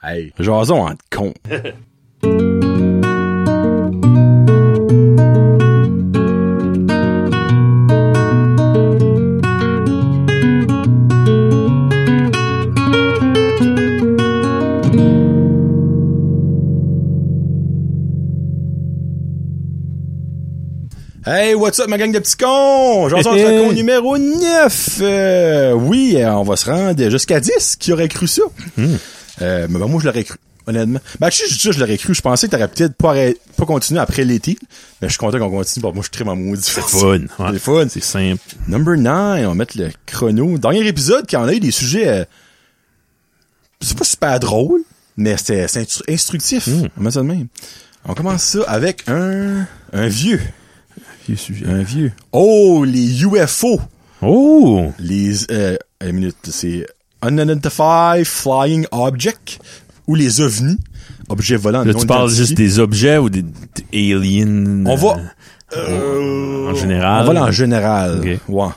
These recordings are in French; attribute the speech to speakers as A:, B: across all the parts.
A: Hey, jason en con. Hey, what's up ma gang de petits cons? Jason en
B: Hey.
A: con numéro 9. oui, euh, on va se rendre jusqu'à 10. Qui aurait cru ça? Euh, mais ben, moi, je l'aurais cru, honnêtement. Ben, je, je, je l'aurais cru. Je pensais que t'aurais peut-être pas, arrêt- pas continué après l'été. Mais je suis content qu'on continue. Bon, moi, je suis très maman C'est
B: Fun.
A: C'est fun.
B: C'est simple.
A: Number 9, on va mettre le chrono. Dernier épisode, quand on a eu des sujets, euh, c'est pas super drôle, mais c'était c'est instru- instructif.
B: Hmm.
A: On met ça de même. On commence ça avec un, un vieux.
B: Vieux sujet.
A: Un vieux. Oh, les UFO.
B: Oh!
A: Les, euh, une minute, c'est Unidentified Flying Object ou les ovnis. Objets volants.
B: Là,
A: non
B: tu parles
A: identifiés.
B: juste des objets ou des, des aliens?
A: On va.
B: euh, en
A: On
B: général.
A: va aller en général.
B: Ok.
A: Ouais.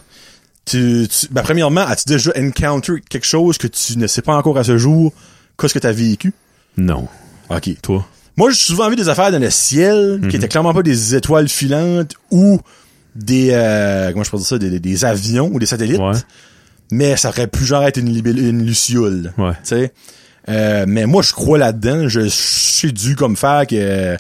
A: Tu, tu, ben, premièrement, as-tu déjà encounter quelque chose que tu ne sais pas encore à ce jour qu'est-ce que tu as vécu?
B: Non.
A: OK.
B: Toi?
A: Moi, j'ai souvent vu des affaires dans le ciel
B: Mhm.
A: qui étaient clairement pas des étoiles filantes ou des... euh, comment je peux dire ça? Des, des- des avions ou des satellites.
B: Ouais.
A: Mais ça aurait pu genre être une, libelle- une luciole.
B: Ouais.
A: Tu sais? Euh, mais moi, je crois là-dedans. Je suis dû comme faire que euh,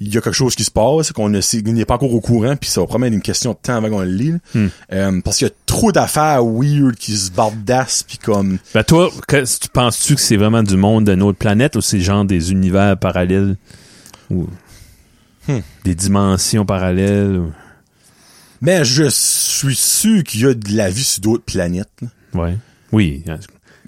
A: il y a quelque chose qui se passe, qu'on ne sait- qu'on n'est pas encore au courant, puis ça va probablement être une question de temps avant qu'on le lit. là. Euh, parce qu'il y a trop d'affaires weird qui se bardassent, puis comme...
B: Ben toi, que- tu penses-tu que c'est vraiment du monde d'une autre planète ou c'est genre des univers parallèles ou
A: Hmm.
B: des dimensions parallèles? ou-
A: Mais je suis sûr qu'il y a de la vie sur d'autres planètes. là.
B: Ouais. Oui. hein,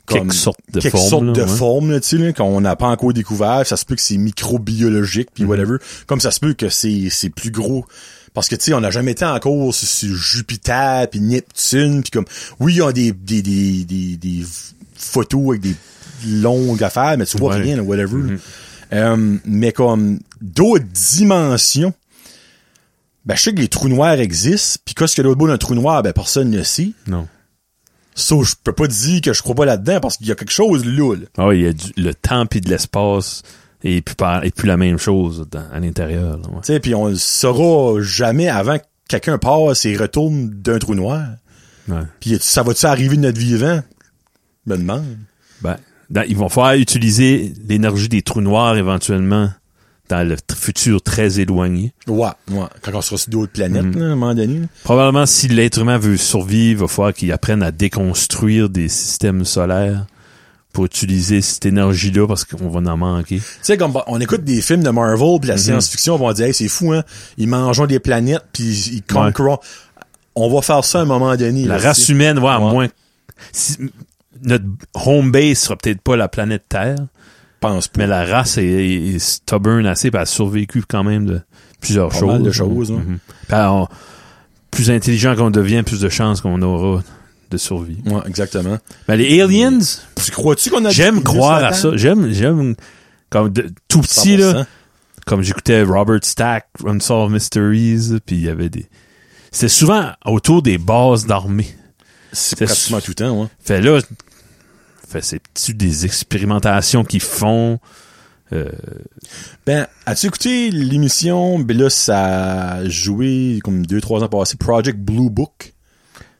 A: Comme-
B: Quelque sorte de
A: quelque
B: forme.
A: sorte
B: là,
A: de
B: ouais.
A: forme, là, tu sais, là, qu'on n'a pas encore découvert. Ça se peut que c'est microbiologique,
B: Mhm.
A: puis whatever. Comme ça se peut que c'est, c'est plus gros. Parce que, tu sais, on n'a jamais été encore sur, sur Jupiter, puis Neptune, puis comme... Oui, il y a des, des, des, des, des photos avec des longues affaires, mais tu vois
B: Ouais. Mhm.
A: rien, là, whatever. là. Euh, mais comme d'autres dimensions, ben, je sais que les trous noirs existent, puis qu'est-ce que l'autre bout d'un trou noir, ben, personne ne sait.
B: Non.
A: So, je peux pas dire que je crois pas là-dedans, parce qu'il y a quelque chose, là, là.
B: Ah oui, il y a du, le temps puis de l'espace et puis, par- et puis la même chose dans- à l'intérieur. là, ouais.
A: Tu sais, puis on le saura jamais avant que quelqu'un passe et retourne d'un trou noir.
B: Ouais.
A: Puis ça va-tu arriver de notre vivant? Je me demande.
B: Ben, dans- ils vont faire utiliser l'énergie des trous noirs éventuellement dans le tr- futur très éloigné.
A: Ouais, ouais. Quand on sera sur d'autres planètes,
B: Mhm.
A: là, à un moment donné. là.
B: Probablement, si l'être humain veut survivre, il va falloir qu'il apprenne à déconstruire des systèmes solaires pour utiliser cette énergie-là parce qu'on va en manquer.
A: Tu sais, comme on écoute des films de Marvel puis de la
B: Mhm.
A: science-fiction, on va dire, hey, c'est fou, hein. Ils mangent des planètes puis ils conqueront. On va faire ça à un moment donné.
B: La
A: là,
B: race
A: tu sais.
B: humaine, ouais, à
A: Ouais.
B: moins... si- notre home base sera peut-être pas la planète Terre,
A: pense pas.
B: mais la race est, est- est stubborn assez, puis elle a survécu quand même de plusieurs
A: Pas
B: choses.
A: mal de choses, ouais.
B: Mhm. Puis on- plus intelligent qu'on devient, plus de chances qu'on aura de survie.
A: Ouais, exactement.
B: Ben, les aliens,
A: Tu crois-tu qu'on a
B: j'aime
A: du-
B: croire
A: du-
B: à ça. J'aime, j'aime, comme de- tout petit, là,
A: 100%.
B: comme j'écoutais Robert Stack, Unsolved Mysteries, puis il y avait des... C'était souvent autour des bases d'armée.
A: C'est
B: C'est-
A: pratiquement tout le temps, ouais.
B: Fait là, fait, c'est-tu des expérimentations qu'ils font? Euh,
A: Ben, as-tu écouté l'émission, ben là, ça a joué comme deux, trois ans passés, Project Blue Book?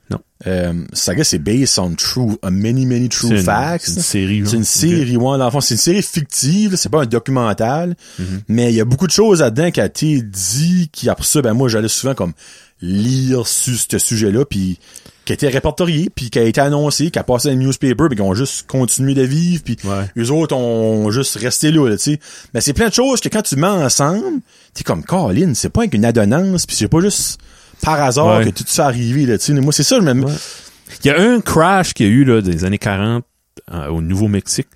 B: Non.
A: Euh, ça, gars, c'est based on true, on many, many true
B: c'est une-
A: facts.
B: c'est une série.
A: C'est une
B: genre.
A: série, ouais, dans le fond, c'est une série fictive, là, c'est pas un documental,
B: Mm-hmm.
A: mais il y a beaucoup de choses là-dedans qui a été dit, qui après ça, ben moi, j'allais souvent comme lire sur ce sujet-là, puis qui a été répertorié, puis qui a été annoncé, qui a passé dans le newspaper, puis qui ont juste continué de vivre, puis
B: Ouais.
A: eux autres ont juste resté là, là tu sais. Mais c'est plein de choses que quand tu mets ensemble, t'es comme, Colin, c'est pas avec une adonnance, puis c'est pas juste par hasard
B: Ouais.
A: que tout ça est arrivé, là, tu sais. Moi, c'est ça, je me...
B: Ouais. Il y a un crash qu'il y a eu là, des années 40 euh, au Nouveau-Mexique,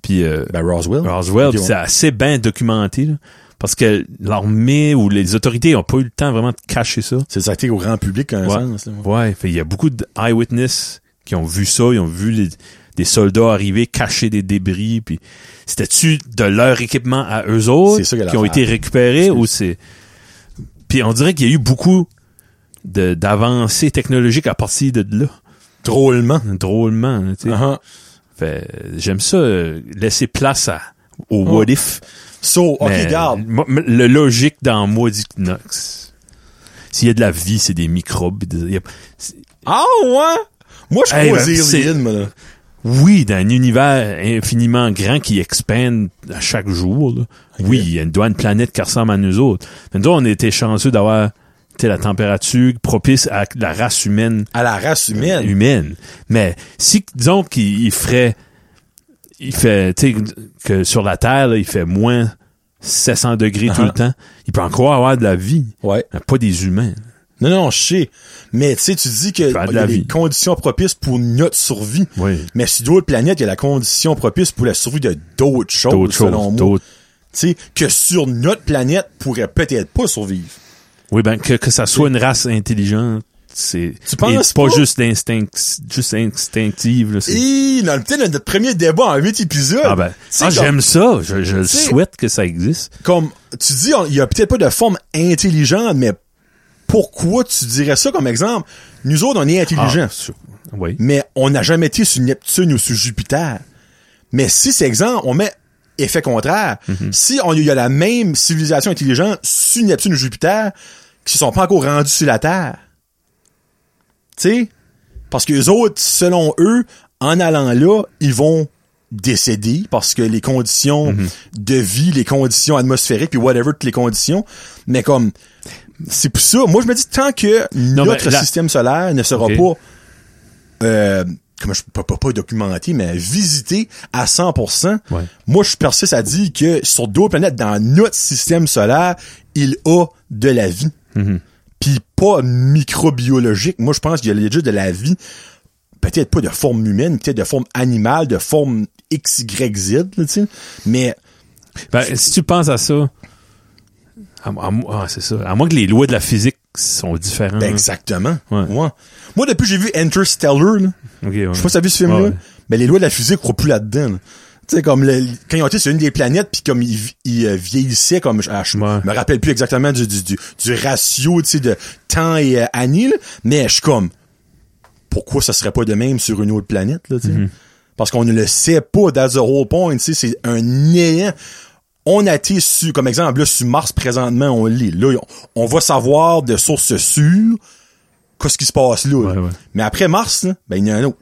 B: puis euh,
A: Ben, Roswell.
B: Roswell,
A: Ok,
B: puis
A: ouais.
B: c'est assez bien documenté, là, parce que l'armée ou les autorités ont pas eu le temps vraiment de cacher ça.
A: C'est ça a été au grand public, un
B: Ouais.
A: sens, là, ouais.
B: Ouais, fait, il y a beaucoup d'eyewitness qui ont vu ça, ils ont vu les- des soldats arriver cacher des débris, puis c'était-tu de leur équipement à eux autres
A: C'est ça qu'elle a
B: qui ont
A: fait.
B: été récupérés ou c'est... Puis on dirait qu'il y a eu beaucoup de- d'avancées technologiques à partir de là,
A: Drôlement.
B: drôlement. là, tu sais.
A: Uh-huh.
B: Fait Fait, j'aime ça, euh, laisser place à, au
A: Ouais.
B: what if.
A: So, Oh. ok,
B: Mais,
A: garde.
B: moi, m- le logique dans moi dit que non, c'est- S'il y a de la vie, c'est des microbes. des- y a- c'est-
A: Ah ouais! Moi, je
B: Hey,
A: crois aux
B: ben, c'est-
A: aliens, moi, là.
B: Oui, dans un univers infiniment grand qui expande à chaque jour, là. oui, il y a une douane planète qui ressemble à nous autres. Mais nous autres, on était chanceux d'avoir tu sais, la température propice à la race humaine
A: À la race
B: Ben,
A: humaine.
B: humaine. Mais si, disons qu'il il ferait, il fait, tu sais, que sur la Terre, là, il fait moins 700 degrés tout
A: Uh-huh.
B: le temps, il peut encore avoir de la vie,
A: Ouais.
B: mais pas des humains.
A: Non, non, je sais. Mais tu sais, tu dis que
B: Faire de
A: il y a
B: la
A: des
B: vie.
A: conditions propices pour notre survie.
B: Oui.
A: Mais sur d'autres planètes, il y a la condition propice pour la survie de d'autres choses,
B: D'autres
A: selon
B: choses,
A: moi.
B: d'autres.
A: Tu sais, que sur notre planète pourrait peut-être pas survivre.
B: Oui, ben, que, que ça soit une race intelligente, c'est,
A: Tu penses
B: et c'est pas,
A: pas?
B: juste instinct, juste instinctive, là, c'est-
A: Et dans le peut-être notre premier débat en huit épisodes.
B: Ah ben,
A: tu sais,
B: ah,
A: comme-
B: j'aime ça. Je, je
A: sais-
B: souhaite que ça existe.
A: comme tu dis, on- il y a peut-être pas de forme intelligente, mais pourquoi tu dirais ça comme exemple? Nous autres, on est intelligents,
B: Ah. Oui.
A: mais on n'a jamais été sur Neptune ou sur Jupiter. Mais si c'est exemple, on met effet contraire.
B: Mhm.
A: Si on il y a la même civilisation intelligente sur Neptune ou Jupiter, qui se sont pas encore rendus sur la Terre. Tu sais? Parce que les autres, selon eux, en allant là, ils vont décéder parce que les conditions
B: Mhm.
A: de vie, les conditions atmosphériques, puis whatever, toutes les conditions. Mais comme, c'est pour ça. Moi, je me dis, tant que notre
B: mais là-
A: système solaire ne sera
B: Ok.
A: pas, euh, comment je peux pas, pas documenter, mais visité à 100%,
B: Ouais.
A: moi, je persiste à dire que sur d'autres planètes, dans notre système solaire, il a de la vie.
B: Mm-hmm.
A: Puis pas microbiologique. Moi, je pense qu'il y a legit de la vie. Peut-être pas de forme humaine, peut-être de forme animale, de forme X, Y, Z, là, tu sais. Mais,
B: Ben, si tu penses à ça, à, à mo- ah, c'est ça. À moins que les lois de la physique sont différentes. hein.
A: ben, exactement.
B: Mm-hmm. Ouais.
A: Ouais. Moi, depuis que j'ai vu Interstellar, là,
B: Ok, ouais.
A: Je sais pas si t'as vu ce film-là.
B: Ouais.
A: Mais les lois de la physique croient plus là-dedans. là. Tu sais, comme le- quand ils ont été sur une des planètes, puis comme ils, vi- ils, euh, vieillissaient, comme je, ah, je
B: Ouais.
A: me rappelle plus exactement du, du, du, du ratio tu sais, de temps et euh, année, là, mais je suis comme, pourquoi ça serait pas de même sur une autre planète? Là, tu sais?
B: Mm-hmm.
A: Parce qu'on ne le sait pas, that's the whole point. tu sais, C'est un néant. On a été su, comme exemple, là, sur Mars présentement, on lit. Là, on, on va savoir de sources sûres qu'est-ce qui se passe là. là.
B: Ouais, Hmm. ouais.
A: Mais après Mars, là, ben, il y en a un autre.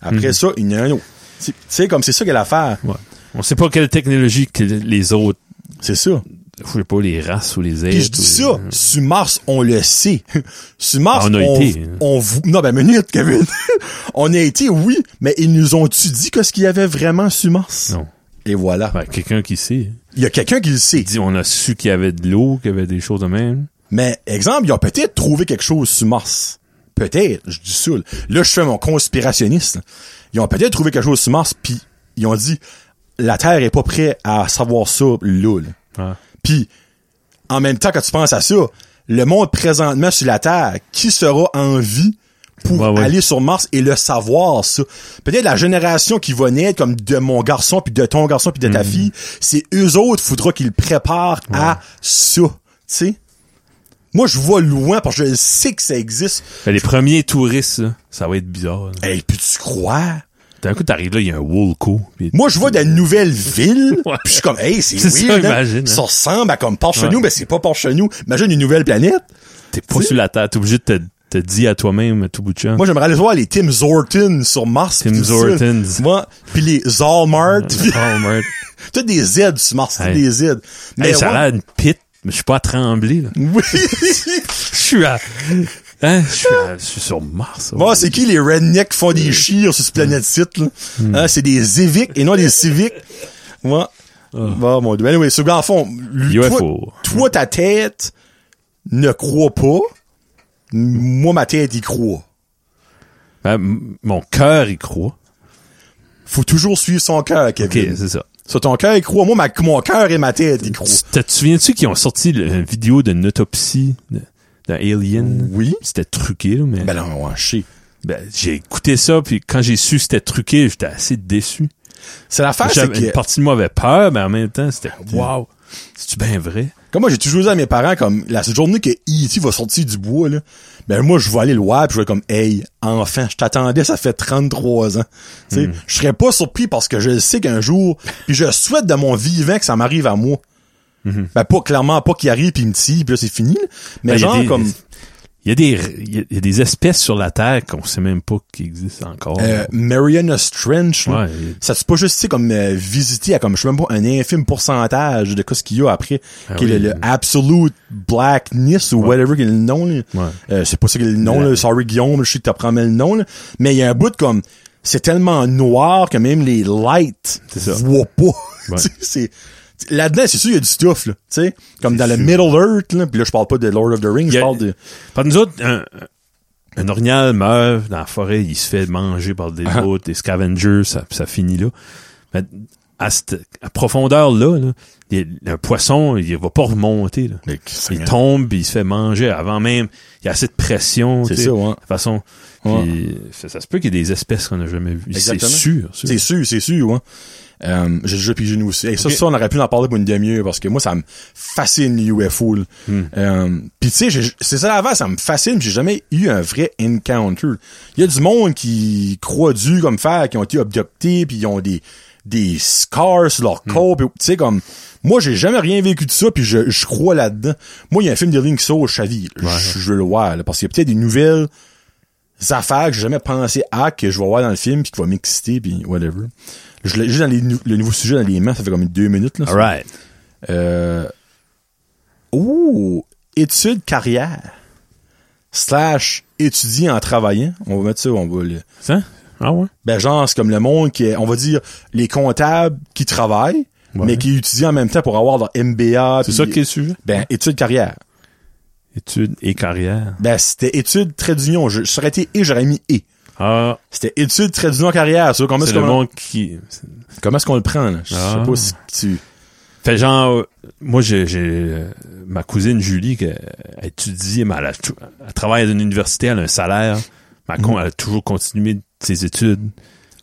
A: Après ça, il y en a un autre. Tu tu sais, comme c'est ça qu'elle a l'affaire.
B: Ouais. On sait pas quelle technologie que les autres,
A: C'est ça.
B: je sais pas, les races ou les
A: Puis
B: êtres.
A: je dis
B: ou-
A: ça, sur Mars, on le sait. sur Mars,
B: Ah,
A: on,
B: on a été.
A: on vou- Non, ben, minute, Kevin. on a été, oui, mais ils nous ont-tu dit qu'est-ce qu'il y avait vraiment sur Mars?
B: Non.
A: Et voilà.
B: Ben, quelqu'un qui sait.
A: Il y a quelqu'un qui le sait.
B: Il dit, on a su qu'il y avait de l'eau, qu'il y avait des choses de même.
A: Mais, exemple, ils ont peut-être trouvé quelque chose sur Mars. Peut-être, je dis ça. là. Là, je fais mon conspirationniste. Ils ont peut-être trouvé quelque chose sur Mars, puis ils ont dit, la Terre est pas prête à savoir ça, là. là.
B: Ah.
A: Puis, en même temps, quand tu penses à ça, le monde présentement sur la Terre, qui sera en vie pour
B: Ouais, ouais.
A: aller sur Mars et le savoir, ça? Peut-être la génération qui va naître, comme de mon garçon, puis de ton garçon, puis de ta
B: Mhm.
A: fille, c'est eux autres, faudra qu'ils le préparent à ça, tu sais? Moi, je vois loin parce que je sais que ça existe.
B: Fait, Ben, les premiers touristes, là, ça va être bizarre. là.
A: Et puis tu crois?
B: D'un coup, t'arrives là, il y a un Woolco. puis-
A: Moi, je vois de nouvelles villes, puis je suis comme, hey, c'est
B: C'est ça,
A: weird. hein?
B: imagine, hein.
A: Ça ressemble à comme
B: Ouais.
A: Porchenou, mais c'est pas Porchenou. Imagine une nouvelle planète.
B: T'es pas sur la terre. T'es obligé de te, te dire à toi-même, à tout bout de champ.
A: Moi, j'aimerais aller voir les Tim Zortons sur Mars.
B: Tim
A: pis tout ça.
B: Zortons.
A: Moi, puis les Zalmart. pis
B: Walmart.
A: T'as des Z sur Mars, t'as
B: Hey.
A: des Z.
B: Oh, Hey, ça
A: ouais.
B: a l'air une pite, mais je suis pas à trembler, là.
A: Oui.
B: Je suis à, hein, je suis à- je suis sur Mars. là.
A: Moi, c'est qui les rednecks qui font des chires sur ce planète-site, là?
B: Hmm.
A: Hein, c'est des éviques et non des civiques. Moi.
B: Ah.
A: Bon, mon dieu. Anyway, ce gars, en fond, lui,
B: UFO.
A: Toi, toi, ta tête ne croit pas. Moi, ma tête y croit.
B: Ben, m- mon cœur, il croit.
A: Faut toujours suivre son cœur,
B: OK,
A: Kevin.
B: c'est ça.
A: Sur ton cœur, il croit. Moi, ma- mon cœur et ma tête, y croient.
B: Tu te souviens-tu qu'ils ont sorti le- une vidéo d'une autopsie de- d'un alien?
A: Oui.
B: C'était truqué, là, mais
A: Ben non, ouais, je sais.
B: ben, j'ai écouté ça, puis quand j'ai su que c'était truqué, j'étais assez déçu.
A: C'est l'affaire, c'est
B: J'avais- Une
A: que... Ah,
B: partie de moi avait peur, mais en même temps, c'était « Wow! C'est-tu bien vrai?
A: Comme moi, j'ai toujours dit à mes parents, comme, la journée que E.T. va sortir du bois, là, ben moi, je vais aller le voir, pis je vais comme, hey, enfin, je t'attendais, ça fait 33 ans. Tu
B: Hmm.
A: sais, Je serais pas surpris parce que je sais qu'un jour, puis je souhaite de mon vivant que ça m'arrive à moi. Ben pas, clairement pas qu'il arrive, puis il me tire, puis là, c'est fini. là. Mais
B: Hmm. Ben, il y a
A: genre,
B: des-
A: comme...
B: Il y, a des, il y a- il y a des espèces sur la Terre qu'on sait même pas qui existent encore.
A: Euh, Mariana Trench, là.
B: Ouais.
A: ça c'est pas juste tu sais, comme euh, visiter à comme je sais même pas un infime pourcentage de quoi ce qu'il y a après
B: Ah
A: qui est le,
B: oui.
A: le absolute blackness ou whatever qu'il est le nom là.
B: Ouais.
A: Euh, c'est pas ça qu'il est le nom là. sorry Guillaume je sais que t'apprends mal le nom là. mais il y a un bout de comme c'est tellement noir que même les lights
B: C'est ça.
A: voient pas Tu sais, c'est là-dedans c'est sûr il y a du stuff là tu sais comme dans le Middle Earth là puis là je parle pas de Lord of the Rings
B: Il y
A: je
B: a-
A: parle de
B: Par nous autres, un, un orignal meurt dans la forêt, il se fait manger par des
A: Ah.
B: autres, des scavengers, ça, ça finit là. Mais à cette à profondeur-là, là, il- le poisson, il va pas remonter. là. Il tombe, puis il se fait manger avant même. Il y a assez de pression.
A: C'est
B: tu sais.
A: ça, ouais.
B: De toute façon,
A: Ouais.
B: puis ça, ça se peut qu'il y ait des espèces qu'on n'a jamais vues. C'est
A: Exactement.
B: sûr. sûr.
A: C'est sûr, c'est sûr, ouais. Euh, j'ai déjà pigé nous aussi. Et ça,
B: Ok.
A: ça, on aurait pu en parler pour une demi-heure parce que moi, ça me fascine les UFO. là.
B: Hmm.
A: Euh, Puis tu sais, j'ai- c'est ça l'avant, ça me fascine. puis J'ai jamais eu un vrai encounter. Il y a du monde qui croit Dieu comme faire, qui ont été abductés, puis ils ont des des scars sur
B: Hmm.
A: leur corps. puis Tu sais comme moi, j'ai jamais rien vécu de ça, puis je, je crois là-dedans. Moi, il y a un film de Link Soul, je savais, je- je veux le voir là, parce qu'il y a peut-être des nouvelles affaires que j'ai jamais pensé à que je vais voir dans le film puis qui va m'exciter puis whatever. Je l'ai juste dans les nou- le nouveau sujet dans les mains, ça fait comme deux minutes là. ça.
B: All right.
A: Euh, oh, études carrière slash étudier en travaillant. On va mettre ça, on va le.
B: Ça? Ah ouais?
A: Ben genre c'est comme le monde qui est, on va dire les comptables qui travaillent
B: Ouais.
A: mais qui étudient en même temps pour avoir leur MBA.
B: C'est
A: puis-
B: ça qui est le sujet?
A: Ben études carrière.
B: Études et carrière.
A: Ben c'était études trait d'union. Je, je serais été et j'aurais mis et.
B: Ah,
A: C'était études trait d'union carrière. Ça comment
B: c'est
A: est-ce
B: le
A: qu'on
B: monde qui...
A: Comment est-ce qu'on le prend, là? Je
B: Ah.
A: sais pas si tu...
B: Fait genre, euh, moi, j'ai, j'ai, euh, ma cousine Julie, qui elle étudie, mais elle, a tou- elle travaille à une université, elle a un salaire. Ma
A: Mm-hmm.
B: con, elle a toujours continué ses études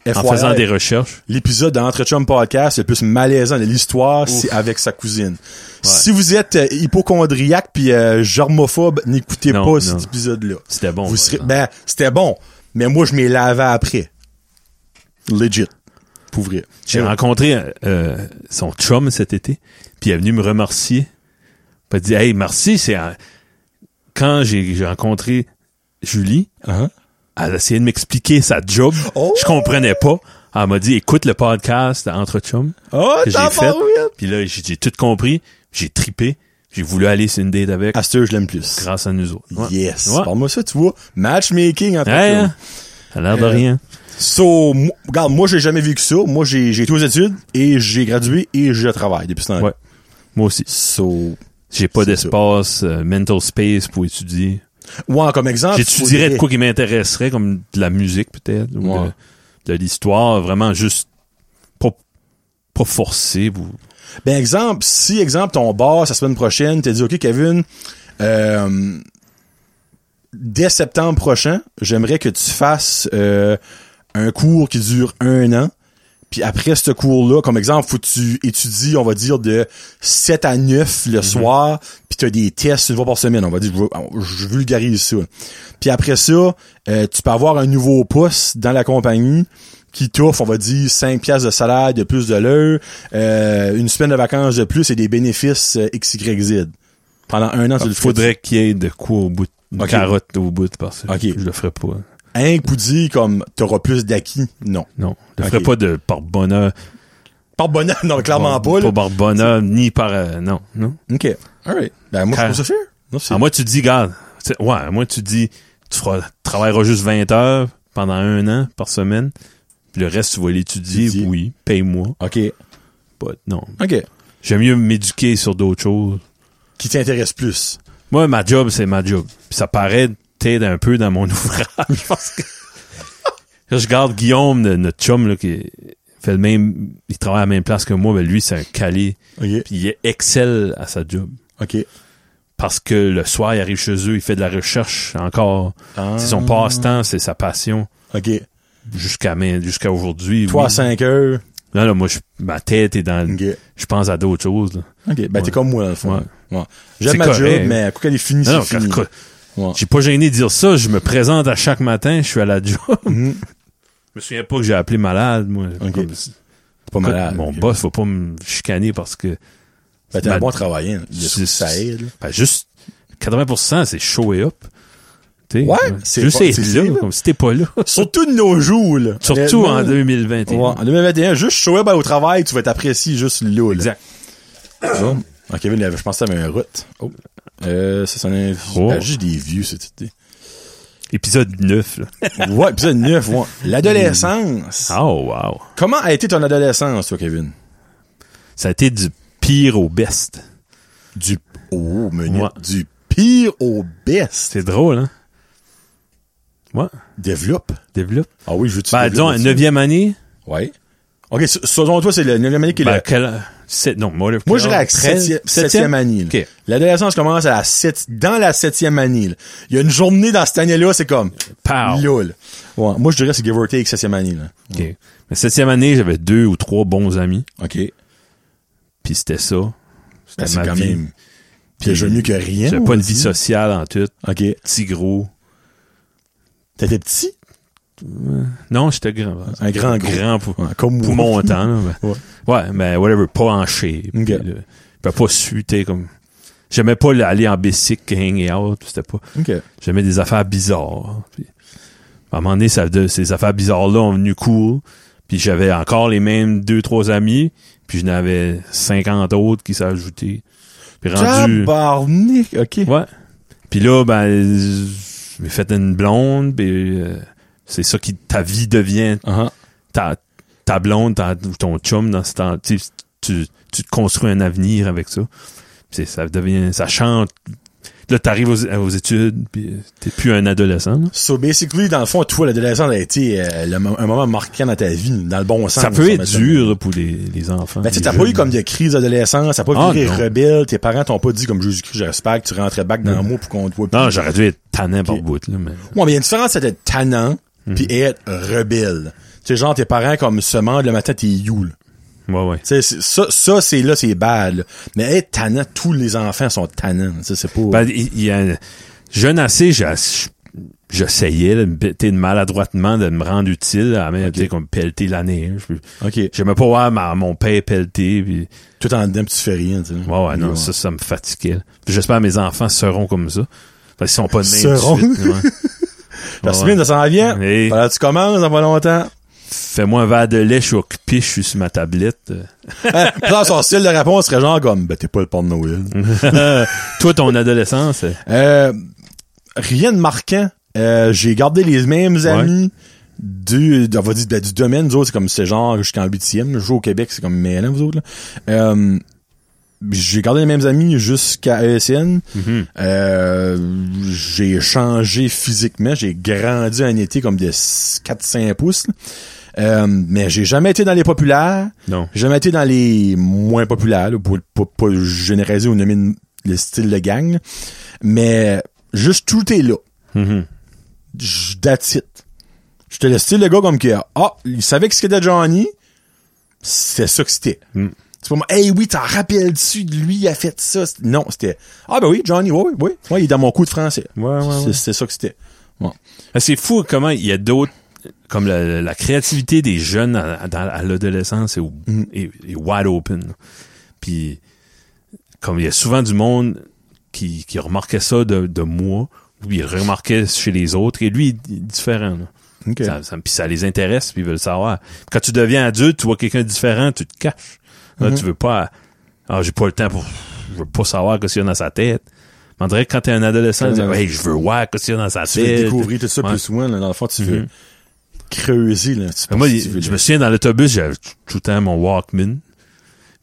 B: en
A: FYI,
B: faisant des recherches.
A: L'épisode d'Entre Chum Podcast le plus malaisant de l'histoire, c'est avec sa cousine. Si vous êtes euh, hypochondriaque puis euh, germophobe, n'écoutez pas
B: Non, non.
A: cet épisode-là.
B: C'était bon.
A: Vous
B: par
A: serez-
B: exemple.
A: Ben, c'était bon, mais moi, je m'ai lavé après. Legit. Pour vrai.
B: J'ai rencontré euh, euh, son chum cet été, puis elle est venue me remercier. Puis elle dit, hey, merci, c'est un- quand j'ai, j'ai rencontré Julie,
A: Hein?
B: elle a essayé de m'expliquer sa job.
A: Oh!
B: Je comprenais pas. Elle m'a dit, écoute le podcast Entre Chum.
A: Oh,
B: que Ah, j'ai fait. Puis là, j'ai j'ai tout compris. J'ai tripé. J'ai voulu aller sur une date avec
A: Asteur, je l'aime plus.
B: grâce à nous autres. Ouais.
A: Yes.
B: Ouais.
A: Parle-moi ça, tu vois. Matchmaking, entre
B: Ouais,
A: chums.
B: hein? Ça a l'air de
A: Euh,
B: rien.
A: So, mo- regarde, moi, j'ai jamais vécu ça. Moi, j'ai, j'ai été aux études et j'ai gradué et je travaille depuis ce temps-là.
B: Ouais. Moi aussi.
A: So,
B: J'ai pas
A: c'est
B: d'espace, euh, mental space pour étudier.
A: ouais, comme exemple.
B: J'étudierais de
A: faudrait-
B: quoi qui m'intéresserait, comme de la musique peut-être, ou
A: Ouais.
B: de, de l'histoire, vraiment juste pas, pas forcé. ou-
A: Ben, exemple, si, exemple, ton boss, la semaine prochaine, t'as dit, OK, Kevin, euh, dès septembre prochain, j'aimerais que tu fasses euh, un cours qui dure un an. Puis après ce cours-là, comme exemple, faut que tu étudies, on va dire, de 7 à 9 le soir, puis tu as des tests une fois par semaine, on va dire, je, je vulgarise ça. Puis après ça, euh, tu peux avoir un nouveau poste dans la compagnie qui t'offre, on va dire, 5 piastres de salaire de plus de l'heure, euh, une semaine de vacances de plus et des bénéfices euh, XYZ. Pendant un an,
B: Ah,
A: tu le fais.
B: faudrait qu'il y ait de quoi au bout, une
A: Ok.
B: carotte au bout, parce que
A: Ok.
B: je le ferais pas.
A: Hein, pour dire comme t'auras plus d'acquis, non.
B: Non, je le
A: Ok.
B: ferais pas de par bonheur.
A: Par bonheur, non, mais clairement
B: Bon,
A: pas. là.
B: par bonheur, ni par... euh, non, non.
A: Ok, alright. Ben moi je
B: Car-
A: trouve ça fair. Non, c'est-
B: À moi, tu te dis, regarde, tu sais, ouais, à moi, tu te dis, tu feras, travailleras juste 20 heures pendant un an par semaine, puis le reste, tu vas l'étudier,
A: Étudier.
B: oui, paye-moi.
A: Ok,
B: But non.
A: ok.
B: J'aime mieux m'éduquer sur d'autres choses.
A: Qui t'intéresse plus?
B: Moi, ma job, c'est ma job. Puis ça paraît t'aide un peu dans mon ouvrage, parce que... Là, je garde Guillaume, le- notre chum, là, qui fait le même, il travaille à la même place que moi, mais lui, c'est un calé,
A: Ok,
B: puis il excelle à sa job.
A: ok.
B: parce que le soir, il arrive chez eux, il fait de la recherche encore.
A: Ah.
B: C'est son passe-temps, c'est sa passion.
A: Ok.
B: Jusqu'à main- jusqu'à aujourd'hui.
A: Toi à
B: oui.
A: 5 heures.
B: Non, non, moi, je- ma tête est dans... le-
A: Ok.
B: Je pense à d'autres choses. là.
A: Ok. Ben
B: Ouais.
A: t'es comme moi dans le fond.
B: Ouais.
A: Ouais. J'aime
B: C'est
A: ma job,
B: correct.
A: mais quand elle est finie,
B: Non,
A: c'est
B: non,
A: fini.
B: quand-
A: Ouais.
B: J'ai pas gêné de dire ça. Je me présente à chaque matin, je suis à la job.
A: Mhm.
B: Je me souviens pas que j'ai appelé malade, moi.
A: Ok.
B: Comme-
A: Pas malade.
B: Mon
A: Ok.
B: boss va pas me chicaner parce que
A: Ben, t'es un
B: Ma-
A: bon travailleur. hein. Il y a tout
B: C'est-
A: ça aide. là.
B: ben, juste 80%, c'est show et up. T'sais,
A: Ouais,
B: euh,
A: c'est
B: juste
A: pas-
B: être
A: c'est
B: là,
A: ça, là.
B: comme si t'es pas là.
A: Surtout de nos jours, là.
B: Surtout en
A: Honnêtement,
B: 2021.
A: Ouais, en 2021, juste show up au travail, tu vas t'apprécier juste là. là.
B: Exact.
A: Bon. Ah, Kevin, il avait- je pensais à un route. Oh. Euh, ça, c'en est.
B: Oh.
A: Ben, juste des vieux, c'est tout.
B: Épisode 9. Là.
A: Ouais, épisode 9, ouais. L'adolescence.
B: Oh, wow.
A: Comment a été ton adolescence, toi, Kevin?
B: Ça a été du pire au best.
A: Du. Oh, menu.
B: Ouais.
A: Du pire au best.
B: C'est drôle, hein? Ouais.
A: Développe.
B: Développe.
A: Ah oui, je veux tu
B: Ben, disons, neuvième année.
A: Ouais. Ok, s- selon toi, c'est la 9e année qui est
B: Ben,
A: la-
B: quel- sept- non, moi,
A: Moi, je dirais à
B: 7
A: 7e, 7e année. là.
B: OK.
A: L'adolescence commence à la sept- dans la 7e année. là. Il y a une journée dans cette année-là, c'est comme.
B: Pow.
A: Lol. Ouais, moi, je dirais que c'est give or take 7e année. Là.
B: OK. Mais septième année, j'avais deux ou trois bons amis.
A: OK.
B: Puis c'était ça. C'était
A: Ben, c'est
B: ma
A: quand
B: vie.
A: même. Puis j'ai mieux que rien.
B: J'avais
A: on
B: pas une
A: dit.
B: vie sociale en tout.
A: OK.
B: Petit gros.
A: T'étais petit?
B: Non, j'étais grand.
A: Un grand gros.
B: Grand pou-
A: Ouais, comme moi.
B: poumon en temps. là, mais-
A: Ouais.
B: ouais, mais whatever, pas hanché. Puis,
A: Ok.
B: euh, je pouvais pas suiter comme... J'aimais pas aller en bicycle, hang out, c'était pas...
A: OK.
B: J'aimais des affaires bizarres. hein. Puis, à un moment donné, ça, de- ces affaires bizarres-là ont venu cool. Puis j'avais encore les mêmes deux, trois amis. Puis je n'avais 50 autres qui s'ajoutaient. Puis rendu...
A: Tabarnak. OK.
B: Ouais. Puis là, ben, j'ai fait une blonde, puis euh, c'est ça qui, ta vie devient
A: Ah,
B: ta, ta blonde, ta, ou ton chum dans ce temps, tu, sais, tu, tu te construis un avenir avec ça. Puis c'est- ça devient, ça chante. Là, t'arrives aux, aux études, puis euh, t'es plus un adolescent. là.
A: So, basically, dans le fond, toi, l'adolescence a été euh, le mo- un moment marquant dans ta vie, dans le bon sens.
B: Ça peut être
A: mettons.
B: dur là, pour les, les enfants.
A: Ben, tu sais, t'as pas eu comme de crise d'adolescence, t'as pas
B: Ah,
A: viré
B: non.
A: rebelle, tes parents t'ont pas dit comme Jésus-Christ, j'espère que tu rentrais back dans le mot pour qu'on te voit plus.
B: Mm. Non, j'aurais dû être tannant par
A: Ok.
B: bout, là, mais...
A: Ouais, mais il y a une différence, c'est d'être tannant,
B: Mm.
A: puis être rebelle. Tu sais, genre, tes parents, comme, se mangent le matin, t'es you, là.
B: Ouais, ouais.
A: Tu sais, c'est- ça, ça, c'est là, c'est bad, là. Mais être tannant, tous les enfants sont tannants. Tu sais, c'est pas...
B: Ben, il il y a, jeune assez, j'ai- j'essayais là, de me péter de maladroitement de me rendre utile, à même, tu sais, comme pelleter la neige. puis
A: OK.
B: J'aimais pas voir ma- mon père pelleter, puis
A: Tout en dedans, puis tu fais rien, tu sais.
B: ouais, ouais, non, ça, ça me fatiguait. là. Puis J'espère que mes enfants seront comme ça. Parce qu'ils sont pas de même
A: Seront.
B: tout de suite, ouais.
A: La
B: Ouais,
A: semaine,
B: ouais.
A: ça s'en vient.
B: Hey.
A: Voilà, tu commences dans pas longtemps.
B: Fais-moi un verre de lait, je suis occupé, je suis sur ma tablette. euh.
A: Hein, puis là, son style de réponse serait genre comme, ben, t'es pas le père de Noël.
B: Toi, ton adolescence, euh,
A: Euh, rien de marquant. Euh, j'ai gardé les mêmes amis du, on va dire, ben, du domaine. Nous autres, c'est comme, c'est genre jusqu'en huitième. Je joue au Québec, c'est comme mêlant, vous autres, là. Euh, j'ai gardé les mêmes amis jusqu'à ESN.
B: mhm.
A: Euh, j'ai changé physiquement. J'ai grandi un été comme de 4-5 pouces. là. Euh, mais j'ai jamais été dans les populaires.
B: non.
A: J'ai jamais été dans les moins populaires, là, pour pour- pour généraliser ou nommer une- le style de gang. Mais juste tout est là.
B: Mhm.
A: Je datite. J'étais le style de gars comme que, ah, il savait que ce qu'était Johnny, c'était ça que c'était.
B: Mm.
A: C'est pas moi, hey oui, t'en rappelles-tu de lui, il a fait ça. C'est- Non, c'était, ah ben oui, Johnny, oui, oui, oui, Ouais, il est dans mon coup de français.
B: Ouais, ouais, ouais.
A: C'est- C'était ça que c'était. Ouais.
B: Ah, C'est fou comment il y a d'autres comme la, la créativité des jeunes à, à- dans- à l'adolescence est, au-
A: Mm.
B: est- est wide open. Puis comme il y a souvent du monde qui, qui remarquait ça de, de moi, ou il remarquait chez les autres, et lui il est différent. là.
A: Ok.
B: Ça, ça- puis ça les intéresse, puis ils veulent savoir. Quand tu deviens adulte, tu vois quelqu'un de différent, tu te caches. Là,
A: Mm-hmm.
B: tu veux pas. Ah, j'ai pas le temps pour. Je veux pas savoir ce qu'il y a dans sa tête. Mais on dirait que quand t'es un adolescent, tu dis, hey, je veux voir ce qu'il y a dans sa
A: Tu
B: tête.
A: veux découvrir tout ça
B: Ouais.
A: plus souvent, là, dans le fond, tu veux creuser, là. Tu
B: Mais Ben, Moi,
A: tu
B: il-
A: veux-
B: je me souviens dans l'autobus, j'avais tout tout le temps mon Walkman.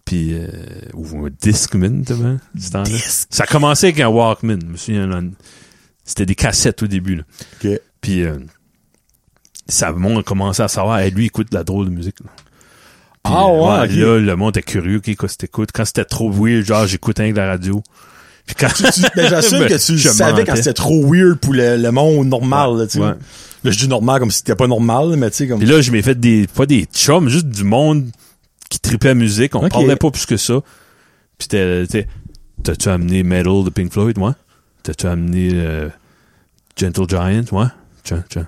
B: Puis, euh, ou un Discman, tu vois, ce temps-là.
A: Disc.
B: Ça commençait avec un Walkman. Je me souviens, là, c'était des cassettes au début. Là.
A: Ok.
B: Puis, euh, ça, le monde a commencé à savoir, et lui, il écoute de la drôle de musique. là. Puis,
A: Ah
B: euh,
A: ouais, ok.
B: là, le monde était curieux, qu'est-ce que t'écoutes? Quand c'était trop weird, genre, j'écoute rien que la radio. Puis quand...
A: Mais ben, j'assume que tu le
B: Je
A: savais
B: mentais.
A: quand c'était trop weird pour le, le monde normal, là, tu sais.
B: Ouais.
A: Là, je dis normal comme si c'était pas normal, mais tu sais, comme.
B: Puis là, je m'ai fait des, pas des chums, juste du monde qui tripait musique. On
A: Ok.
B: parlait pas plus que ça. Puis c'était, euh, tu sais, T'as-tu amené Metal de Pink Floyd, moi? T'as-tu amené euh, Gentle Giant, moi? Tiens, tiens.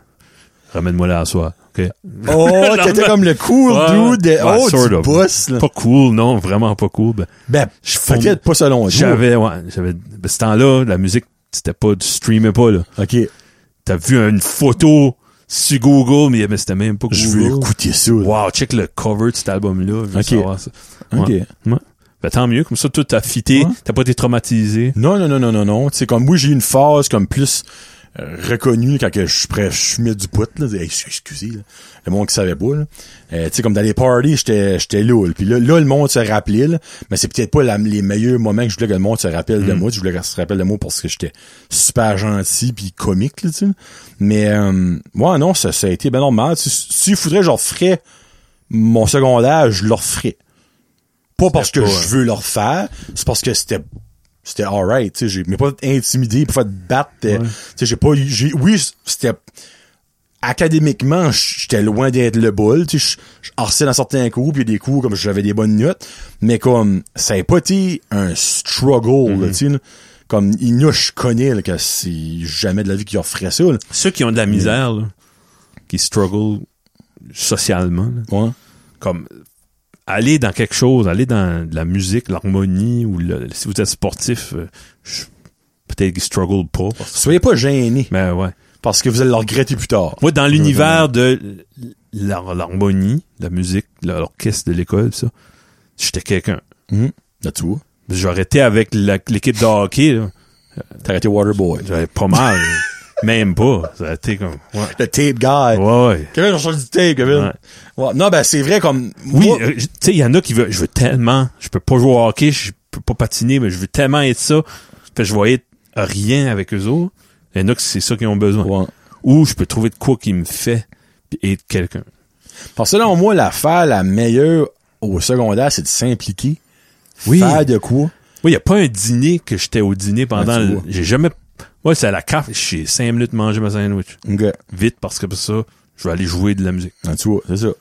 B: Ramène-moi là à soi. OK.
A: Oh, t'étais comme le cool
B: Ouais,
A: dude. de-
B: ouais,
A: oh,
B: sort
A: tu
B: of.
A: bosses, là.
B: Pas cool, non, vraiment pas cool. Ben,
A: Ben,
B: je
A: t'inquiète pas selon toi.
B: J'avais, ouais, j'avais, ben, ce temps-là, la musique, c'était pas, tu streamais pas, là.
A: OK.
B: T'as vu une photo sur Google, mais, mais c'était même pas Google.
A: Je veux écouter ça. là.
B: Wow, check le cover de cet album-là. Je veux
A: Ok.
B: savoir ça.
A: OK.
B: Ouais. Ouais. Ben, tant mieux. Comme ça, tout t'as fité.
A: Ouais.
B: T'as pas été traumatisé.
A: Non, non, non, non, non, non. Tu sais, comme moi, j'ai eu une phase comme plus euh, reconnue quand que je prenais- je fumais du pot, là. Hey, excusez, là. Le monde qui savait pas, là. Euh, tu sais, comme dans les parties, j'étais, j'étais là, là. Puis là, là, le monde se rappelait, là. Mais c'est peut-être pas la- les meilleurs moments que je voulais que le monde se rappelle de moi. Je voulais qu'on se rappelle de moi parce que j'étais super gentil puis comique, là, tu sais. Mais, euh, ouais, non, ça, ça a été ben normal. Si- S'il faudrait que je referais mon secondaire, je le referais. Pas parce que
B: pas,
A: je veux le refaire, c'est parce que c'était c'était alright, tu sais, j'ai mais pas été intimidé pour faire battre, euh, tu sais, j'ai pas eu- j'ai oui, c'était académiquement, j'étais loin d'être le bol, tu sais, je- je harcelais dans certains cours, puis il y a des cours comme j'avais des bonnes notes, mais comme ça a pas été un struggle, là, tu sais, là. comme Inu, je connais là, que c'est jamais de la vie qu'il referait ça. Là.
B: Ceux qui ont de la misère, là, qui struggle socialement, là,
A: Ouais.
B: comme aller dans quelque chose, aller dans de la musique, l'harmonie, ou le- si vous êtes sportif, euh, je- peut-être qu'ils struggle pas. parce-
A: Soyez pas gênés
B: Mais ouais.
A: parce que vous allez le regretter plus tard.
B: Moi, dans l'univers de l'har- l'harmonie, la musique, l'orchestre de l'école, ça, j'étais quelqu'un.
A: Mhm. Là, tu vois.
B: J'aurais été avec la- l'équipe de hockey, là,
A: T'as arrêté Waterboy.
B: j'avais pas mal. Même pas. Ça a été comme. Ouais.
A: Le tape guy.
B: Ouais, ouais.
A: Kevin, on change du tape, Kevin. Ouais. Non, ben, c'est vrai, comme,
B: Oui,
A: moi,
B: euh, j- tu sais, il y en a qui veulent. Je veux tellement. Je peux pas jouer au hockey, je peux pas patiner, mais je veux tellement être ça. Fait que je vais être rien avec eux autres. Il y en a qui c'est ça qu'ils ont besoin.
A: Ouais.
B: Ou je peux trouver de quoi qui me fait puis être quelqu'un.
A: Parce que selon moi, l'affaire la meilleure au secondaire, c'est de s'impliquer.
B: Oui.
A: Faire de quoi?
B: Oui, il n'y a pas un dîner que j'étais au dîner pendant.
A: Ah, tu
B: le-
A: vois.
B: J'ai jamais. Moi, c'est à la carte. J'ai cinq minutes de manger ma sandwich.
A: Ok.
B: Vite, parce que pour ça, je vais aller jouer de la musique.
A: Ah, tu vois, c'est ça. Tu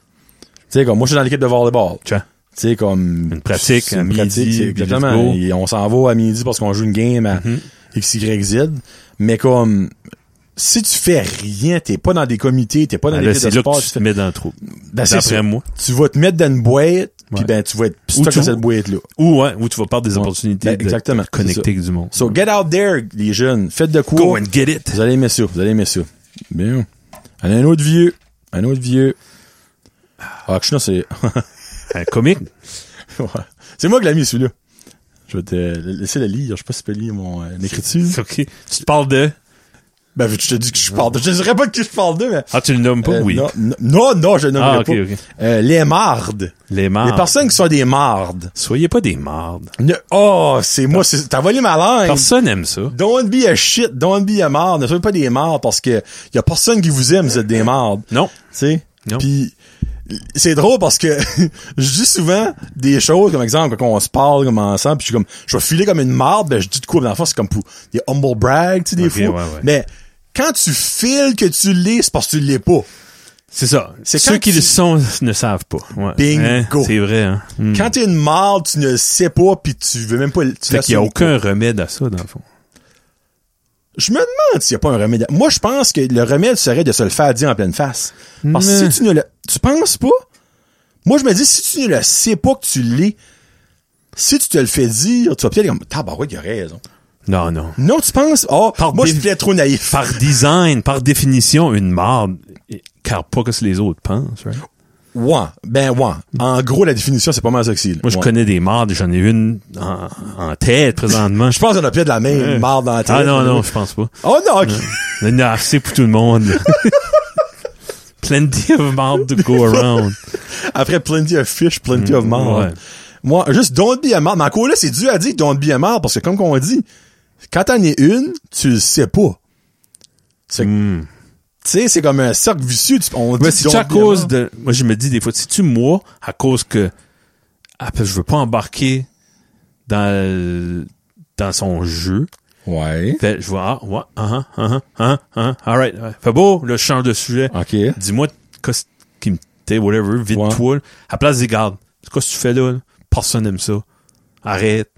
A: sais, comme, moi, je suis dans l'équipe de volleyball. Tu
B: Tiens.
A: sais, comme.
B: Une pratique
A: c'est
B: à midi,
A: c'est
B: puis Mm-hmm.
A: exactement.
B: let's go.
A: Et on s'en va à midi parce qu'on joue une game à XYZ. Mais comme, si tu fais rien, t'es pas dans des comités, t'es pas dans
B: Ah,
A: des
B: là,
A: équipes de
B: c'est là
A: sport,
B: que
A: tu
B: tu
A: fais
B: te mets dans le trou.
A: Ben, c'est
B: D'après
A: ça.
B: moi.
A: tu vas te mettre dans une boîte, puis
B: Ouais.
A: ben tu vas être stock
B: tu
A: dans
B: vas-
A: cette boîte là.
B: Ou, ouais, ou tu vas perdre des opportunités
A: ben, exactement,
B: de te connecter
A: c'est
B: avec du monde.
A: So get out there les jeunes, faites de quoi
B: Mm. Go and get it.
A: Vous allez aimer ça, vous allez aimer ça. Bien. Allez, un autre vieux, un autre vieux. Ah, Kushner, c'est
B: Un Euh, comique.
A: Ouais. c'est moi qui l'ai mis celui-là. Je vais te laisser le lire, je sais pas si tu peux lire mon euh, écriture.
B: C'est OK. Tu te parles de.
A: Ben vu que je te dis que je parle de, je dirais pas de qui je parle de mais
B: Ah, tu le nommes pas?
A: Euh,
B: oui.
A: non, non, non, non, je ne
B: Ah, ok,
A: pas.
B: ok. Ah.
A: Euh, les mardes.
B: Les mardes.
A: Les personnes qui sont des mardes.
B: Soyez pas des mardes.
A: Ne- Oh, c'est moi, c'est- t'as volé ma langue.
B: Personne aime ça.
A: Don't be a shit, don't be a marde. Ne soyez pas des mardes parce que y a personne qui vous aime, vous êtes des mardes. Tu
B: Non.
A: sais?
B: Non.
A: Puis c'est drôle parce que je dis souvent des choses comme exemple quand on se parle comme ensemble puis je suis comme je vais filer comme une marde, ben je dis de quoi mais dans le fond c'est comme pour des humble brag, tu sais des
B: Ok,
A: fois.
B: ouais, ouais.
A: Mais quand tu files que tu l'es, c'est parce que tu l'es pas.
B: C'est ça.
A: C'est
B: Ceux
A: quand
B: qui
A: tu-
B: le sont ne savent pas. Ouais.
A: Bingo.
B: Hein, c'est vrai. Hein? Hmm.
A: Quand t'es une marde, tu ne le sais pas puis tu veux même pas tu
B: Fait qu'il n'y
A: l'assumes
B: a aucun remède à ça, dans le fond.
A: Je me demande s'il n'y a pas un remède. Moi, je pense que le remède serait de se le faire dire en pleine face. Parce que
B: Mais-
A: si tu ne le... Tu penses pas? Moi, je me dis, si tu ne le sais pas que tu l'es, si tu te le fais dire, tu vas peut-être comme, tabarouette, il a raison.
B: Non, non.
A: Non, tu penses, oh,
B: Par
A: moi,
B: dé-
A: je suis peut-être trop naïf.
B: Par design, par définition, une marde, eh, car pas que ce que les autres pensent. right?
A: Ouais, ben ouais. En gros, la définition, c'est pas mal sexy.
B: Moi, je connais des mardes, j'en ai une en, en tête présentement.
A: Je pense qu'on a peut-être la même marde dans la tête.
B: ah non, non, je pense pas.
A: Oh non, ok.
B: Il y en a assez pour tout le monde. là. Plenty of mardes to go around.
A: Après plenty of fish, plenty of marde.
B: Mm, ouais.
A: Moi, juste don't be a marde. Mais encore là, c'est dur à dire don't be a marde parce que comme qu'on dit, quand t'en es une, tu le sais pas. C'est- Tu sais, c'est comme un cercle vicieux. Tu- On dit
B: Mm. Mais si tu
A: don't
B: à
A: be a
B: cause
A: marde.
B: de, moi je me dis des fois, si tu moi à cause que, ah, parce que je veux pas embarquer dans le- dans son jeu.
A: Ouais.
B: Fait, je vois, ah, ouais, ah, ah, ah, ah, ah, alright, ouais. fait beau, là, je change de sujet.
A: OK.
B: Dis-moi, qu'est-ce qui me, t'es, whatever, vite
A: Ouais.
B: toi, là. à place des gardes. C'est quoi que tu fais là, là? Personne n'aime ça. Arrête.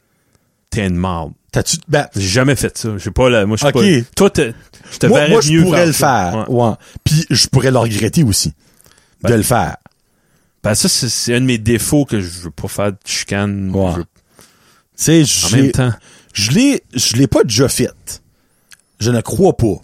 B: t'es une marde.
A: T'as-tu, ben,
B: J'ai jamais fait ça. J'ai pas la, moi, je suis
A: Ok.
B: pas, toi, t'es- je te
A: moi,
B: verrais
A: moi, je
B: mieux
A: pourrais le
B: ça.
A: faire.
B: Ouais.
A: Ouais. Puis je pourrais le regretter aussi de
B: Ben-
A: le faire.
B: Ben, ça, c'est- c'est un de mes défauts que je veux pas faire de chicane.
A: Ouais.
B: Je veux-
A: Tu sais,
B: En même
A: j'ai-
B: temps.
A: je l'ai, je l'ai pas déjà fait. Je ne crois pas.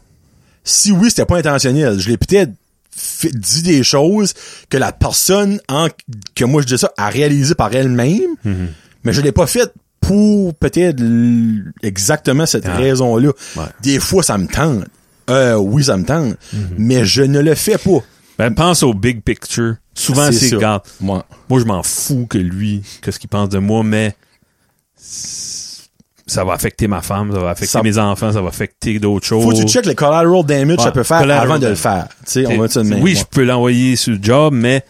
A: Si oui, c'était pas intentionnel. Je l'ai peut-être fait- dit des choses que la personne en, que moi je dis ça a réalisé par elle-même,
B: Mhm.
A: mais je l'ai pas fait pour peut-être l- exactement cette
B: Ah.
A: raison-là.
B: Ouais.
A: Des fois, ça me tente. Euh, oui, ça me tente,
B: Mhm.
A: mais je ne le fais pas.
B: Ben, pense au big picture. Souvent, c'est,
A: ça.
B: regarde,
A: Moi.
B: moi, je m'en fous que lui, que ce qu'il pense de moi, mais c- ça va affecter ma femme, ça va affecter
A: Ça-
B: mes enfants, ça va affecter d'autres choses.
A: Faut que tu check le collateral damage que ça
B: Ouais,
A: peut faire
B: collateral
A: avant de le
B: damage.
A: faire. Tu sais, on va te le
B: oui, je peux l'envoyer sur le job, mais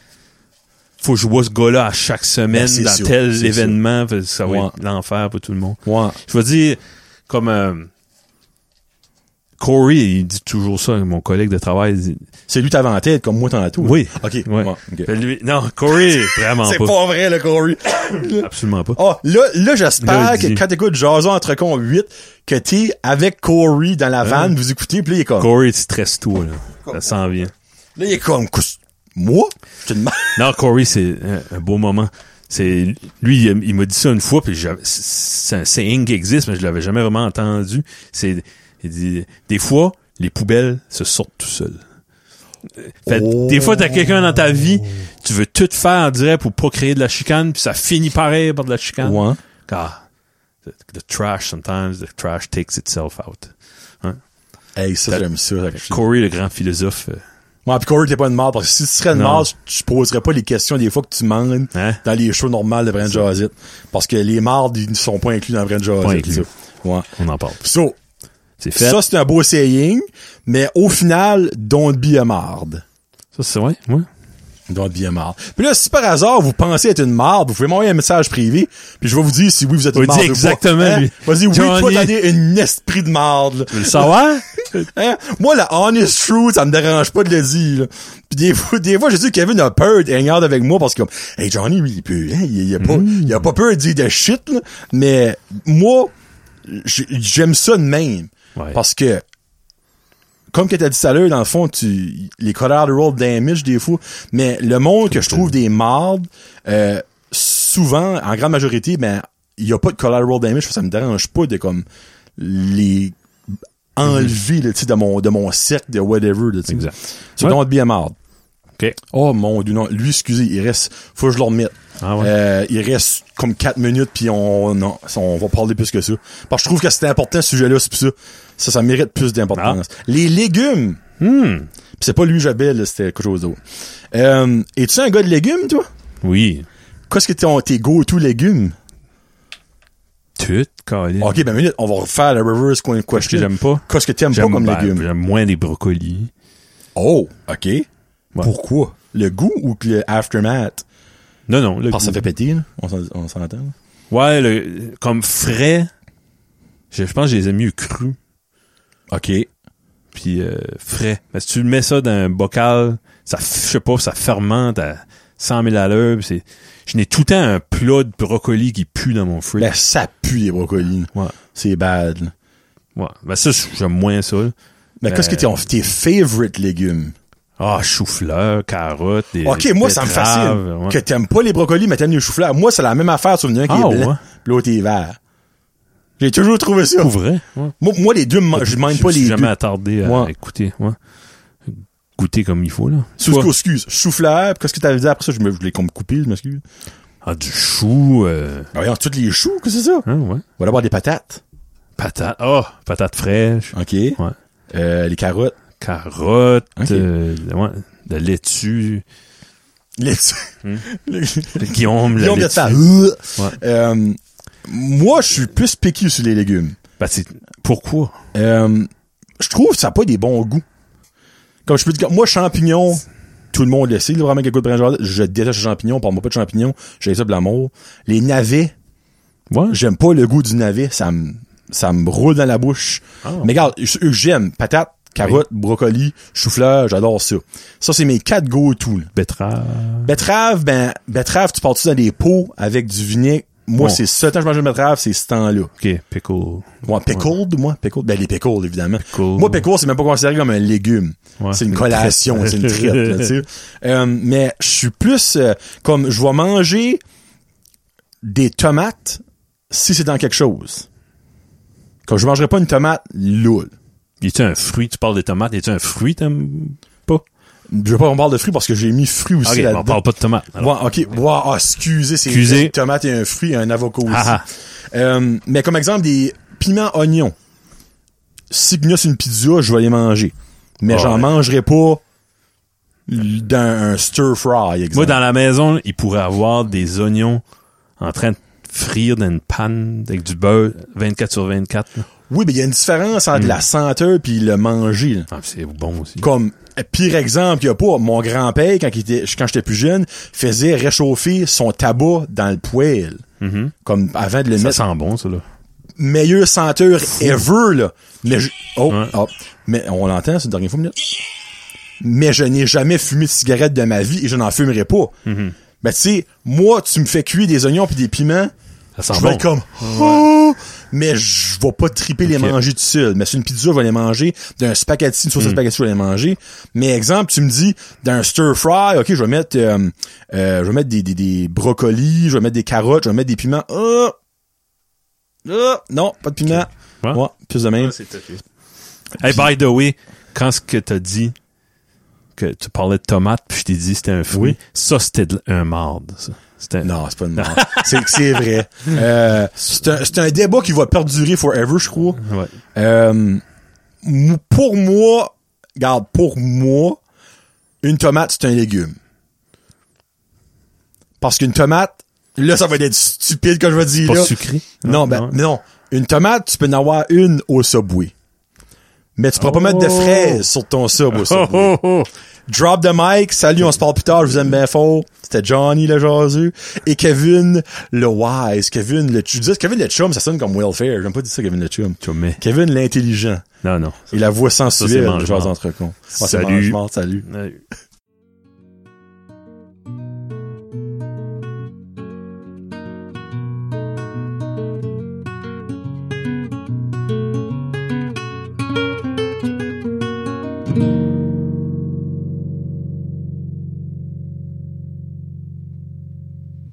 B: faut que je vois ce gars-là à chaque
A: Ben,
B: semaine
A: c'est
B: dans
A: sûr,
B: tel
A: c'est
B: événement, parce que ça va
A: Ouais.
B: être l'enfer pour tout le monde.
A: Ouais.
B: Je veux dire, comme euh, Corey, il dit toujours ça, mon collègue de travail. il dit-
A: C'est lui t'avant tête comme moi tantôt.
B: Oui.
A: OK.
B: Ouais.
A: Bon, ok.
B: Ben, lui- non, Corey, vraiment
A: C'est
B: pas.
A: pas vrai, le Corey.
B: Absolument pas.
A: Ah, là, là,
B: Là,
A: j'espère
B: il
A: que
B: dit.
A: quand t'écoutes Jason Entrecon 8, que t'es avec Corey dans
B: Hein?
A: la vanne, vous écoutez, pis là, il est comme,
B: Corey, tu stresses tout, là. Ça s'en vient.
A: là, il est comme, Qu'est-ce- moi? Je te demande.
B: Non, Corey, c'est un- un beau moment. C'est lui, il, il m'a dit ça une fois, puis j'avais- c'est un saying qui existe, mais je l'avais jamais vraiment entendu. C'est il dit des fois les poubelles se sortent tout seuls. Fait,
A: Oh.
B: Des fois, t'as quelqu'un dans ta vie, tu veux tout faire, on dirait, pour pas créer de la chicane, puis ça finit pareil par de la chicane.
A: Ouais.
B: Ah, the, the trash, sometimes, the trash takes itself out.
A: Hey, ça,
B: That-
A: j'aime ça. ça, quelque chose.
B: Corey, le grand philosophe, euh,
A: Moi, pis Corey, t'es pas une marde, parce que si tu serais une
B: Non.
A: marde, tu poserais pas les questions des fois que tu demandes
B: Hein?
A: dans les shows normales de Brand Jazit. Parce que les mardes, ils ne sont pas inclus dans Brand
B: Pas
A: Jazit.
B: inclus.
A: ça. Ouais.
B: on en parle.
A: So,
B: C'est fait.
A: ça, c'est un beau saying, mais au final, don't be a marde.
B: Ça, c'est vrai, ouais.
A: Don't be a marde. Puis là, si par hasard vous pensez être une marde, vous pouvez m'envoyer un message privé, puis je vais vous dire si oui vous êtes une
B: Oui, dis
A: marde. ou pas.
B: exactement,
A: Hein?
B: lui.
A: Vas-y, oui, toi
B: Johnny.
A: t'as des- une esprit de marde. là.
B: Tu veux le savoir?
A: Hein? Moi, la honest truth, ça me dérange pas de le dire. là. Puis des fois, des fois, je dis que Kevin a peur d'ingard avec moi parce que, comme, hey Johnny, lui, il peut, hein, il, il a pas,
B: Hmm.
A: il a pas peur de dire de shit, là. mais moi, j- j'aime ça de même.
B: Ouais.
A: Parce que, comme que t'as dit tout à l'heure, dans le fond, tu, les collateral damage des fois, mais le monde que je trouve des mardes, euh, souvent, en grande majorité, ben, il n'y a pas de collateral damage, ça me dérange pas de comme les enlever là, tu sais, de mon de mon cercle de whatever là, tu sais.
B: Mhm. Exact.
A: So,
B: Ouais.
A: don't be a marde.
B: OK.
A: Oh mon dieu, non. Lui, excusez, il reste. Faut que je le remette.
B: Ah ouais.
A: Euh, il reste comme 4 minutes, puis on, non, on va parler plus que ça. Parce que je trouve que c'est important ce sujet-là, c'est pour ça. Ça, ça mérite plus d'importance. Les légumes.
B: Ah. Hmm.
A: Puis c'est pas lui Jabel, là, c'était quelque chose d'autre. Euh, Es-tu un gars de légumes, toi?
B: Oui.
A: Qu'est-ce que t'es- tes go-to légumes?
B: Tout, Colin.
A: Ok, ben minute, on va refaire le reverse coin
B: Parce que
A: question.
B: j'aime pas.
A: Qu'est-ce que t'aimes pas
B: J'aime
A: comme
B: ben,
A: légumes?
B: J'aime moins les brocolis.
A: Oh, ok. Pourquoi? Le goût ou que le aftermath?
B: Non, non. Le
A: Parce que ça
B: goût.
A: fait péter, là. On s'en- On s'en entend. là.
B: Ouais, le, comme frais, je, je pense que je les aime mieux crus.
A: Ok.
B: Puis euh, frais. Mais si tu le mets ça dans un bocal, ça, f- je sais pas, ça fermente à 100 000 à l'heure. puis c'est- Je n'ai tout le temps un plat de brocolis qui pue dans mon fridge.
A: Ben, ça pue les brocolis. là.
B: Ouais.
A: C'est bad. là.
B: Ouais. Ben ça, j'aime moins ça. là.
A: Mais
B: Ben,
A: qu'est-ce que t'es, tes favorite légumes?
B: Ah, chou-fleur, carottes, des
A: Ok, moi, ça me fascine.
B: betteraves, ouais.
A: Que t'aimes pas les brocolis, mais t'aimes les choux-fleurs. Moi, c'est la même affaire, tu me dis un qui
B: Ah,
A: est blanc,
B: ouais.
A: pis l'autre est vert. J'ai toujours trouvé ça.
B: Pour vrai. Ouais.
A: Moi, moi, les deux, me man- Ah, je
B: ne
A: mange pas les
B: suis jamais
A: deux.
B: attardé à
A: Ouais.
B: écouter. ouais. Goûter comme il faut, là.
A: Sous-
B: Soit-
A: Excuse, chou-fleur, pis qu'est-ce que t'avais dit après ça? Je me, je l'ai comme coupé, je m'excuse.
B: Ah, du chou, euh,
A: Ah, Voyons, tous les choux, qu'est-ce que c'est ça?
B: hein, ouais.
A: On va d'abord des patates.
B: Patate, ah, patate fraîche,
A: Ok. Ouais. Euh, les carottes.
B: carottes,
A: Ok.
B: euh, ouais, de laitue,
A: Les,
B: Hmm.
A: les,
B: Guillaume, la
A: Guillaume vient de
B: laitue.
A: faire.
B: Ouais.
A: Euh, moi, je suis plus piqué sur les légumes.
B: Ben, c'est, pourquoi?
A: Euh, je trouve que ça n'a pas des bons goûts. Comme je peux dire, moi, champignons, tout le monde le sait, là, vraiment, quelqu'un de brinjal, je déteste les champignons, parle-moi pas de champignons, j'ai ça de l'amour. Les navets,
B: Ouais,
A: j'aime pas le goût du navet, ça me, ça me roule dans la bouche.
B: Ah.
A: Mais regarde, ceux que j'aime, patates, carottes, brocolis, chou-fleur, j'adore ça. Ça, c'est mes quatre go-to, là.
B: betterave.
A: Betterave, ben, betterave, tu pars-tu dans des pots avec du vinaigre, Moi,
B: Bon.
A: c'est ce temps que je mange une betterave, c'est ce temps-là.
B: OK, pickle.
A: Ouais, pickled, moi, pickled. Ben, les pickles, évidemment.
B: Pickle.
A: Moi, pickle, c'est même pas considéré comme un légume.
B: Ouais.
A: C'est une collation, c'est une traite, là, tu sais. Euh, mais je suis plus, euh, comme, je vais manger des tomates si c'est dans quelque chose. Comme, je mangerai pas une tomate loule.
B: Y a-tu un fruit? Tu parles des tomates. Y a-tu un fruit? T'aimes pas?
A: Je veux pas qu'on parle de fruits parce que j'ai mis fruits aussi
B: OK, on
A: là-dedans.
B: parle pas de tomates. alors.
A: Ouais, ok. Wow, ah, excusez, c'est
B: Excusez.
A: une tomate et un fruit et un avocat aussi.
B: Ah, ah.
A: Euh, mais comme exemple, des piments oignons. Si je une pizza, je vais les manger. Mais
B: Ah,
A: j'en
B: ouais.
A: mangerai pas l- dans un stir fry, exemple.
B: Moi, dans la maison, il pourrait avoir des oignons en train de frire dans une panne avec du beurre 24 sur 24. là.
A: Oui, mais il y a une différence
B: Hmm.
A: entre la senteur puis le manger. là.
B: Ah, c'est bon aussi.
A: Comme euh, pire exemple, il y a pas. Mon grand-père, quand il était, quand j'étais plus jeune, faisait réchauffer son tabac dans le poêle.
B: Mhm.
A: Comme avant de le
B: Ça
A: mettre
B: sent bon, ça, là.
A: meilleure senteur ever, là. Mais je... Oh,
B: Ouais.
A: oh. Mais on l'entend, c'est une dernière fois, minute. Mais je n'ai jamais fumé de cigarette de ma vie et je n'en fumerai pas. Mais tu sais, moi, tu me fais cuire des oignons puis des piments,
B: Ça sent
A: je vais
B: bon.
A: être comme... Oh! Mais je vais pas triper les
B: Ok.
A: manger tout seul. Mais sur une pizza, je vais les manger. D'un spaghetti, une
B: Hmm.
A: sauce à spaghetti, je vais les manger. Mais exemple, tu me dis, d'un stir-fry, OK, je vais mettre... euh, euh, je vais mettre des, des, des brocolis, je vais mettre des carottes, je vais mettre des piments. Oh! Ah, non, pas de piment.
B: Ouais.
A: Ouais, plus de même.
B: Hey, by the way, quand ce que t'as dit que tu parlais de tomates, puis je t'ai dit que c'était un fruit, ça, c'était de- un marde, ça. C'était
A: non, c'est pas une merde. c'est c'est vrai. Euh, c'est un, c'est un débat qui va perdurer forever, je crois.
B: Ouais.
A: Euh, mou- pour moi, regarde, pour moi, une tomate, c'est un légume. Parce qu'une tomate, là, ça va être stupide quand je vais dire
B: Pas
A: là.
B: sucré?
A: Non, ben, non. Une tomate, tu peux en avoir une au Subway. Mais tu pourras pas mettre de
B: Oh.
A: fraises sur ton sub au
B: Oh,
A: Subway.
B: oh, oh.
A: Drop the mic. Salut, on se parle plus tard. Je vous aime bien fort. C'était Johnny le jaseux. Et Kevin le wise. Kevin le... Tu dis Kevin le chum, ça sonne comme welfare. J'aime pas dire ça, Kevin le chum.
B: Tu mets.
A: Kevin l'intelligent.
B: Non, non.
A: Et la voix
B: Ça, c'est
A: sensuelle
B: Mange-Mort.
A: du jazz entre cons. Ouais, c'est
B: Salut.
A: Mange-Mort, salut.